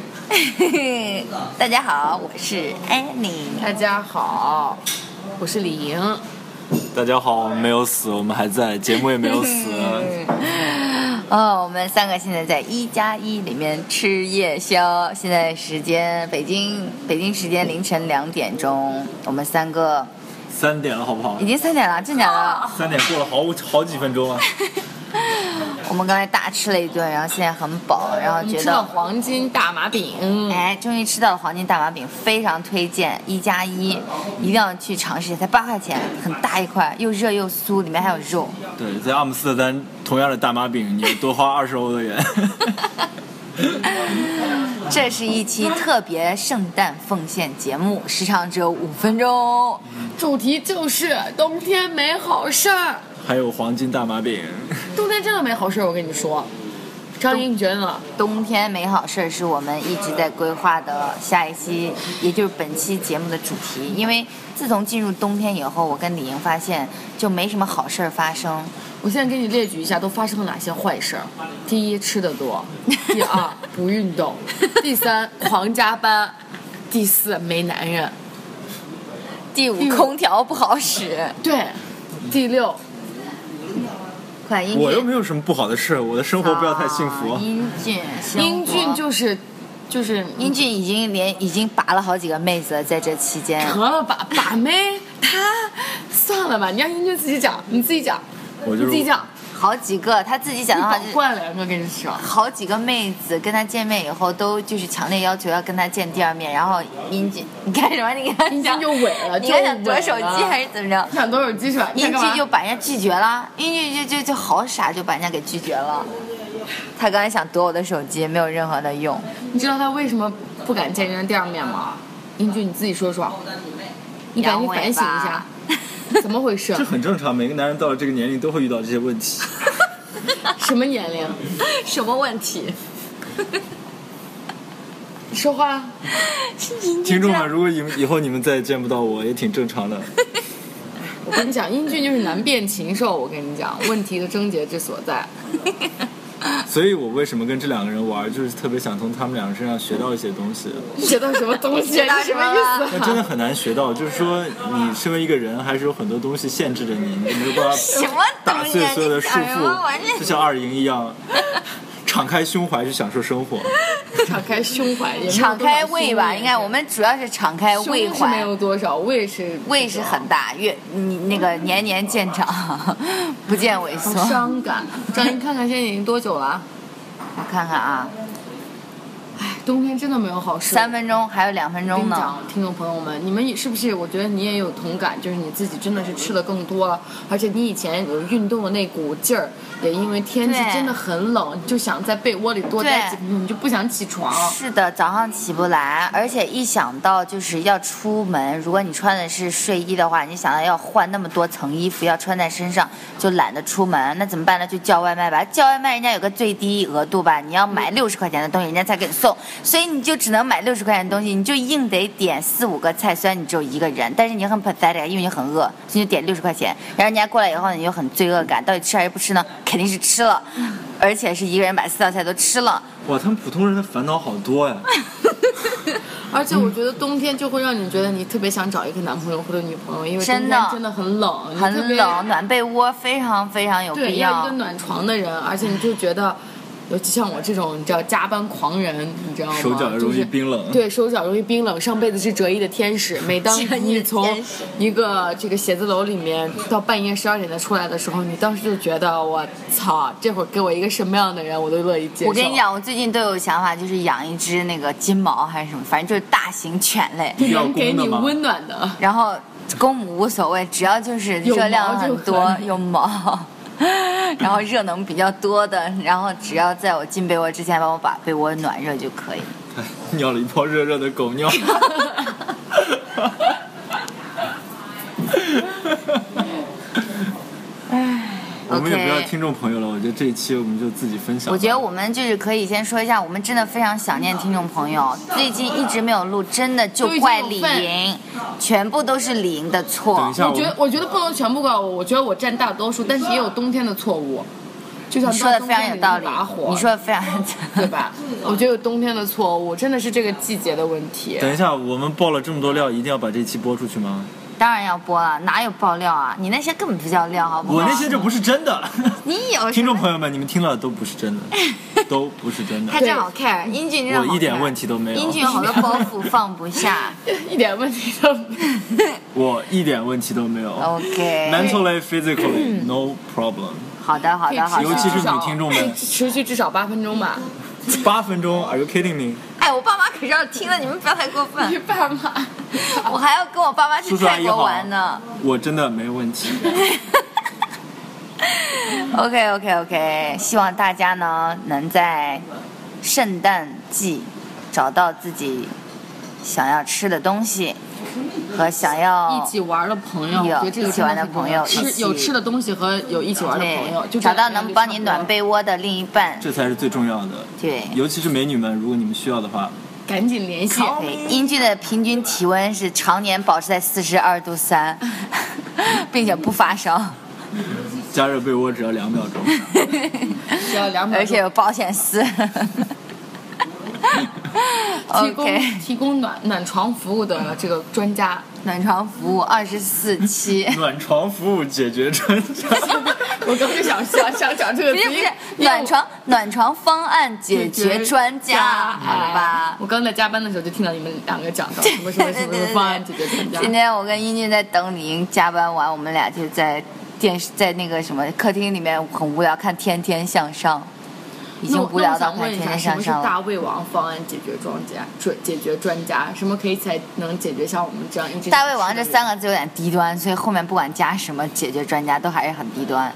大家好，我是安妮。大家好，我是李莹。大家好，我们没有死，我们还在，节目也没有死。哦，我们三个现在在一加一里面吃夜宵，现在时间北京北京时间凌晨两点钟，我们三个三点了，好不好已？经三点了，真假的？三点过了好好几分钟啊了。我们刚才大吃了一顿，然后现在很饱，然后我们觉吃到得。黄金大麻饼，哎，终于吃到了黄金大麻饼，非常推荐一加一，一定要去尝试一下，才八块钱，很大一块，又热又酥，里面还有肉。对，在阿姆斯特丹，同样的大麻饼，你多花二十欧的元。 这是一期特别圣诞奉献节目，时长只有五分钟。主题就是冬天没好事儿。还有黄金大麻饼，冬天真的没好事儿，我跟你说。张英，你啊觉得呢？冬天美好事儿是我们一直在规划的下一期，也就是本期节目的主题。因为自从进入冬天以后，我跟李莹发现就没什么好事儿发生。我现在给你列举一下，都发生了哪些坏 事儿。第一，吃的多；第 二，不运动；第三，狂加班；第四，没男人；第五，空调不好使。对，第六，快英俊，我又没有什么不好的事，我的生活不要太幸福啊。英俊，英俊生活就是就是英俊已经连已经拔了好几个妹子了，在这期间。得了吧，把妹，他算了吧，你让英俊自己讲，你自己讲，我就是你自己讲，好几个，他自己讲你的话搞就是惯了，我跟你说，好几个妹子跟他见面以后，都就是强烈要求要跟他见第二面，然后英俊，你干什么？你看英俊就萎了，你就还想萎夺了手机还是怎么着？想夺手机是吧？啊你英想干俊嘛就把人家拒绝了，英俊就就就好傻，就把人家给拒绝了。他刚才想夺我的手机，没有任何的用。你知道他为什么不敢见人家第二面吗？英俊，你自己说说，你赶紧反省一下，啊 怎么回事这？很正常，每个男人到了这个年龄都会遇到这些问题。什么年龄？什么问题？说话，英俊听这众们，样如果以以后你们再也见不到我，也挺正常的。我跟你讲，英俊就是难辨禽兽，我跟你讲，问题的症结之所在。所以我为什么跟这两个人玩，就是特别想从他们两个身上学到一些东西。学到什么东 西？学到你什么意思那？真的很难学到，就是说你身为一个人，还是有很多东西限制着你，你没有办什 法么打东西碎啊？所有的你束讲什么玩意缚，儿？就像二营一样，敞开胸怀去享受生活。敞开胸怀，也没有敞多少开胃吧，胸应该我们主要是敞开胸胃是没怀。有多少，胃是哎胃是很大，越你那个年年见长， 不见萎缩。好伤感。 张英，看看现在已经多久了？我看看啊，哎，冬天真的没有好事。三分钟还有两分我跟钟你呢。讲，听众朋友们，你们是不是？我觉得你也有同感，就是你自己真的是吃的更多了，而且你以前有运动的那股劲儿，也因为天气对真的很冷，你就想在被窝里多对嗯待几分钟，你就不想起床。是的，早上起不来，而且一想到就是要出门，如果你穿的是睡衣的话，你想到要换那么多层衣服要穿在身上，就懒得出门。那怎么办呢？就叫外卖吧。叫外卖人家有个最低额度吧，你要买六十块钱的东西，人家才给你送，所以你就只能买六十块钱的东西，你就硬得点四五个菜，虽然你只有一个人，但是你很 pathetic，因为你很饿，所以你就点六十块钱。然后人家过来以后呢，你就很罪恶感，到底吃还是不吃呢？肯定是吃了，而且是一个人把四道菜都吃了。哇，他们普通人的烦恼好多呀！而且我觉得冬天就会让你觉得你特别想找一个男朋友或者女朋友，因为冬真的天真的很冷，你特很别冷，暖被窝非常非常有对，必要要一个。暖床的人，而且你就觉得，尤其像我这种你知道加班狂人，你知道吗？手脚容易冰冷就是对，手脚容易冰冷，上辈子是折翼的 天使。每当折翼的你从天使一个这个写字楼里面到半夜十二点再出来的时候，你当时就觉得我操，这会儿给我一个什么样的人，我都乐意接受。我跟你，讲，我最近都有想法，就是养一只那个金毛还是什么，反正就是大型犬类。要能给公的你吗温暖的，然后公母无所谓，只要就是有毛热量很就多可，以有毛， 然后热能比较多的，然后只要在我进被窝之前帮我把被窝暖热就可以。 尿了一泡热热的 狗尿。我们也不要 OK 听众朋友了，我觉得这一期我们就自己分享吧。我觉得我们就是可以先说一下，我们真的非常想念听众朋友，最近一直没有录，真的就都已经怪有李份莹，全部都是李莹的错。等一下，我觉们得我觉得不能全部怪我，我觉得我占大多数，但是也有冬天的错误。就像你说的非常有道理嗯到冬天一把火，你说的非常，对吧？嗯我觉得冬天的错误真的是这个季节的问题。等一下，我们爆了这么多料，一定要把这期播出去吗？ 当然要播了，哪有爆料啊？你那些根本不叫料，好不好？我那些就不是真的，你有 听众朋友们，你们听了都不是真的，都不是真的他。真好 care，英俊真的好 care 我一点问题都没有英俊有好多包袱放不 下。一点问题都没有。我一点问题都没有 OK，嗯，mentally physically no problem。 好的好的好尤其的。是女听众们持续至少八分钟吧。八分钟，Are you kidding me？哎，我爸妈可是要听的，你们不要太过你分。 爸妈，我还要跟我爸妈去叔叔阿泰姨国好玩呢。，啊我真的没问题。 OK OK OK，希望大家呢能在圣诞季找到自己想要吃的东西和想要一起玩的朋友，我有觉得这个哎一起玩的真是不一朋友样一吃起有吃的东西和有一起玩的朋友，就对这找样到能帮你暖，就差被窝的另一半，这才是最重要的。对尤其是美女们，如果你们需要的话，不多赶紧联系。对，英俊的平均体温是常年保持在四十二度三， 并且不发烧， 加热被窝只要两秒钟。 只要两而百且有保险丝。提供 OK，提供暖暖床服务的这个 专家，暖床服务二十四 期。暖床服务解决专 家，我刚就想想想讲这个不是词，不因为是，暖床暖床方案解解决专家，好哎吧？我刚在加班的时候就听到你们两个讲到什么什么什么什么方案解决专家今。天我跟英俊在等李英加班完，我们俩就在电视在那个什么客厅里面很无聊看《天天向上》，已那经我无聊那我到想看《问一天下，天什向么是上》了。大胃王方案解决专家？专解决专家，什么可以才能解决像我们这样一直大胃王吃这的三个字有点低端，所以后面不管加什么解决专家都还是很低端。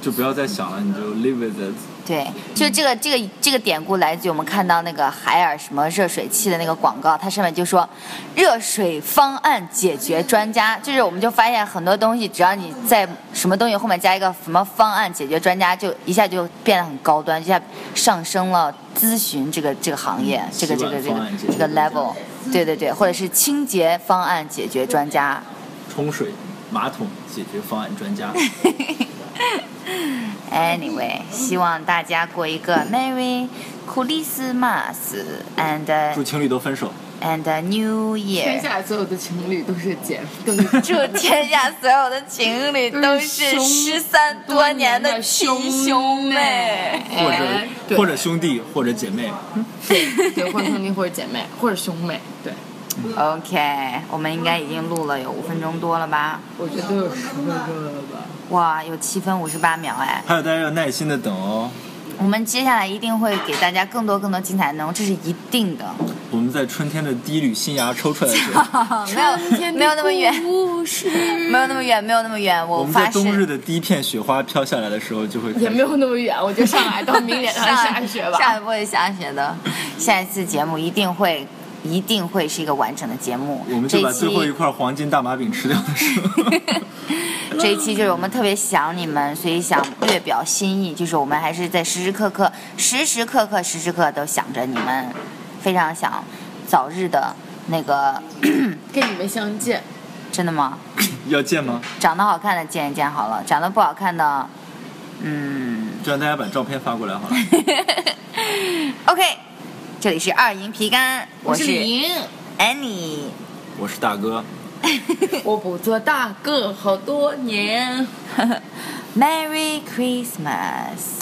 就不要再想了，你就 live with it。对，就这个这个这个典故来自于我们看到那个海尔什么热水器的那个广告，它上面就说热水方案解决专家，就是我们就发现很多东西，只要你在什么东西后面加一个什么方案解决专家，就一下就变得很高端，一下上升了咨询这个这个行业，这个这个这洗碗个方案解这个决专家 level，对对对，或者是清洁方案解决专家。冲水马桶解决方案专哎家， Anyway，希望大家过一个 Merry Christmas and。祝情侣都分手。 and a new 天 year。下所有的情侣都是姐， 都是祝天下所有的情侣都是失散多年的亲兄妹。或者、哎对或者兄弟或者姐妹，对，或者兄弟或者姐妹或者兄妹，对 OK，我们应该已经录了有五分钟多了吧？我觉得都有十分钟了吧。哇，有七分五十八秒哎！还有大家要耐心的等哦。我们接下来一定会给大家更多更多精彩的内容，这是一定的。我们在春天的第一缕新芽抽出来的时候，没有没有那么远，故事没有那么远，没有那么远，我我们在发冬日誓。的第一片雪花飘下来的时候，就会开始也没有那么远，我觉得上海到 明年才上下雪 上吧。一波会下雪的，下一次节目一定会一定会是一个完整的节目。我们这就把最后期一块黄金大麻饼吃掉的时 候，这一期就是我们特别想你们，所以想略表心意，就是我们还是在时时刻刻、时时刻刻、时时刻都想着你们，非常想早日的那个，跟你们相见，真的吗？要见吗？长得好看的见一见好了，长得不好看的，嗯 就让大家把照片发过来好了。 ，OK，这里是二营皮干，我是是李莹， Annie， 我是大哥， 我不做大个好多年。 Merry Christmas。